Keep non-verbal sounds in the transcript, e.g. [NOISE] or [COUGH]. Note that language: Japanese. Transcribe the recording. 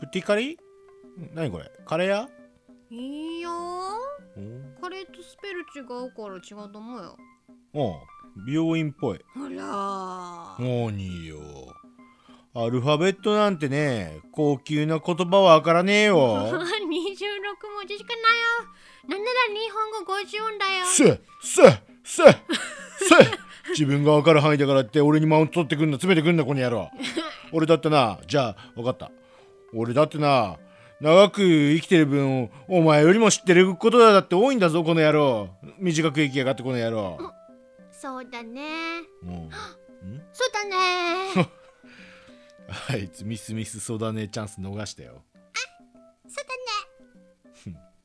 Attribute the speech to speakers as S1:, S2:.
S1: プティカリー何これカレー屋
S2: いいよ
S1: お
S2: カレーとスペル違うから違うと思うよ
S1: おう病院っぽい
S2: あら
S1: 何よアルファベットなんてね高級な言葉はわからねえ
S2: 26
S1: よ
S2: [LAUGHS] 文字しかないよなんなら日本語50音だよ
S1: せせせせ自分がわかる範囲だからって俺にマウント取ってくんな詰めてくんなこの野郎俺だってなじゃあ分かった俺だってな長く生きてる分お前よりも知ってることだって多いんだぞこの野郎短く生きやがってこの野郎
S2: そうだね
S1: も
S2: そうだね
S1: うあいつミスミスそうだねチャンス逃したよ
S2: そうだね